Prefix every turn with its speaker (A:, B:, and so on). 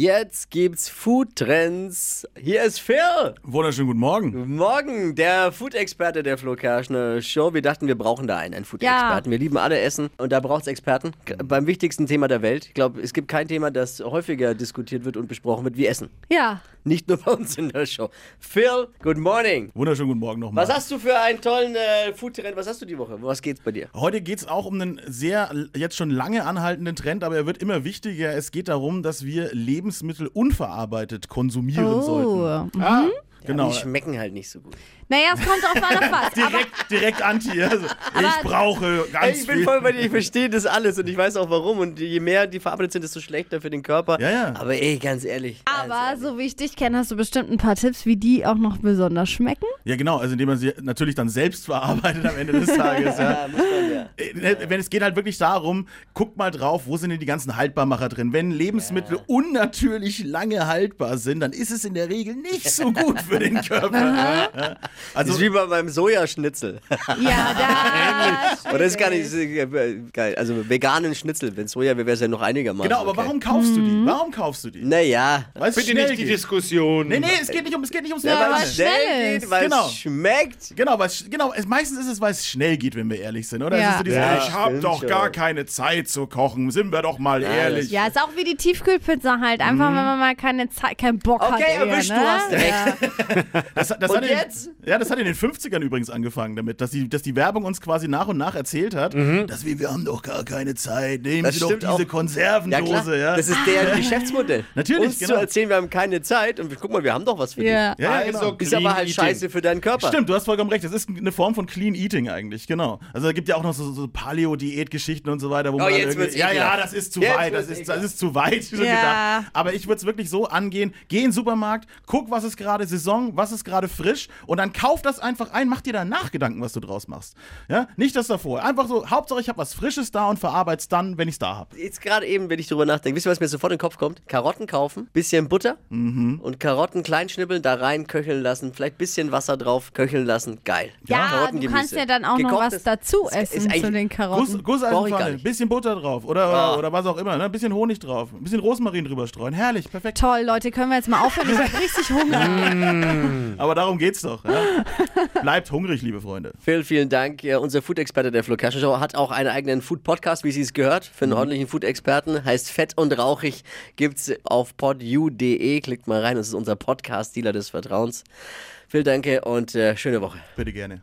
A: Jetzt gibt's Food Trends. Hier ist Phil.
B: Wunderschönen guten Morgen.
A: Guten Morgen, der Food-Experte der Flo Kerschner Show. Wir dachten, wir brauchen da einen, einen Food-Experten. Wir lieben alle Essen und da braucht's Experten. K- Beim wichtigsten Thema der Welt. Ich glaube, es gibt kein Thema, das häufiger diskutiert wird und besprochen wird wie Essen.
C: Ja,
A: Nicht nur bei uns in der Show. Phil, good morning.
B: Wunderschönen guten Morgen nochmal.
A: Was hast du für einen tollen äh, Food-Trend? Was hast du die Woche? Was geht's bei dir?
B: Heute geht es auch um einen sehr l- jetzt schon lange anhaltenden Trend, aber er wird immer wichtiger. Es geht darum, dass wir Lebensmittel unverarbeitet konsumieren
C: Oh,
B: sollten. Ah, genau.
A: Die schmecken halt nicht so gut.
C: naja, es kommt drauf an, auf was. Aber
B: direkt, direkt anti. Also, ich brauche
A: Ey,
B: ganz
A: ich bin
B: viel.
A: voll bei dir, ich verstehe das alles und ich weiß auch warum. Und je mehr die verarbeitet sind, desto schlechter für den Körper.
B: Ja, ja.
A: Aber ey, ganz ehrlich. ganz
C: aber
A: ehrlich.
C: so wie ich dich kenne, hast du bestimmt ein paar Tipps, wie die auch noch besonders schmecken.
B: Ja, genau. Also indem man sie natürlich dann selbst verarbeitet am Ende des Tages. ja.
A: Ja, muss man ja.
B: Äh, Wenn es geht halt wirklich darum, guckt mal drauf, wo sind denn die ganzen Haltbarmacher drin? Wenn Lebensmittel unnatürlich lange haltbar sind, dann ist es in der Regel nicht so gut für den Körper. Ja.
A: Das
B: also
A: ist wie bei meinem Sojaschnitzel.
C: Ja, da.
A: Oder ist gar nicht ist, äh, geil. Also veganen Schnitzel. Wenn Soja wäre, wäre es ja noch einigermaßen.
B: genau, aber
A: okay. Mhm.
B: warum kaufst du die? Warum kaufst du die?
A: Naja.
B: Weil es
D: Bitte
B: schnell
D: nicht die
B: geht.
D: Diskussion.
B: Nee, nee, es geht nicht um es geht nicht ums
A: Ja, weil
B: Vegane.
A: es
C: schnell
A: schnell
C: ist.
A: geht, weil
B: Genau.
A: es schmeckt.
B: Genau, weil es, genau es, meistens ist es, weil es schnell geht, wenn wir ehrlich sind, oder?
C: Ja.
B: Es ist so dieses,
D: Ja,
B: ich habe
A: stimmt
B: doch gar
A: schon.
B: keine Zeit zu kochen, sind wir doch mal ehrlich.
C: Ja, ist auch wie die Tiefkühlpizza halt. Einfach, wenn man mal keine Zeit, keinen Bock hat.
A: Mhm. Okay,
C: eher,
A: erwischt,
C: ne?
A: du hast recht.
C: Ja.
B: Das, das
A: Und
B: hat in,
A: jetzt?
B: Ja, das hat in den 50ern übrigens angefangen damit, dass die, dass die Werbung uns quasi nach und nach erzählt hat, dass wir, wir haben doch gar keine Zeit, nehmen
A: Mhm. Das
B: Sie doch
A: stimmt
B: diese
A: auch. Ja, klar.
B: Konservendose. Ja, Ah.
A: Das ist der Geschäftsmodell.
B: Natürlich,
A: Uns zu
B: genau.
A: erzählen, wir haben keine Zeit und guck mal, wir haben doch was für
C: Ja.
A: dich.
B: ja, ja,
D: Also
B: genau.
A: Ist aber halt scheiße für deinen Körper.
B: Stimmt, du hast vollkommen recht. Das ist eine Form von Clean Eating eigentlich, genau. Also es gibt ja auch noch so, so Paleo-Diät-Geschichten und so weiter, wo man dann
A: Oh, jetzt
B: irgendwie-
A: wird's
B: ja, ja,
A: ekelhaft.
B: das ist zu
A: Jetzt
B: weit, das
A: wird's
B: ist, das ist zu weit. so
C: Ja.
B: gedacht. Aber ich würde es wirklich so angehen: Geh in den Supermarkt, guck, was ist gerade Saison, was ist gerade frisch und dann kauf das einfach ein. Mach dir danach Gedanken, was du draus machst. Ja, nicht das davor. Einfach so. Hauptsache, ich habe was Frisches da und verarbeit's dann, wenn ich's da habe.
A: Jetzt gerade eben, wenn ich drüber nachdenke, wisst ihr, was mir sofort in den Kopf kommt? Karotten kaufen, bisschen Butter
C: Mhm.
A: und Karotten klein schnippeln, da rein köcheln lassen, vielleicht bisschen Wasser drauf, köcheln lassen, geil.
C: ja, du
A: Karottengemüse.
C: kannst ja dann auch noch was
A: Gekochtes-
C: dazu
A: ist- ist
C: essen zu
A: eigentlich-
C: den
B: Guss,
C: Karotten.
A: Brauch ich gar
B: Gusseisenpfanne,
A: nicht.
B: bisschen Butter drauf oder,
A: Ah.
B: oder, oder was auch immer, ne? ein bisschen Honig drauf, ein bisschen Rosmarin drüber streuen, herrlich, perfekt.
C: Toll, Leute, können wir jetzt mal aufhören? Ich hab richtig Hunger.
B: Aber darum geht's doch. Ja? Bleibt hungrig, liebe Freunde.
A: Phil, vielen Dank. Ja, unser Food-Experte der Flo Kerschner Show hat auch einen eigenen Food-Podcast, wie Sie es gehört, für
C: Mhm.
A: einen ordentlichen Food-Experten. Heißt Fett und Rauchig. Gibt's auf podu.de. Klickt mal rein, das ist unser Podcast-Dealer des Vertrauens. Phil, danke und äh, schöne Woche.
B: Bitte gerne.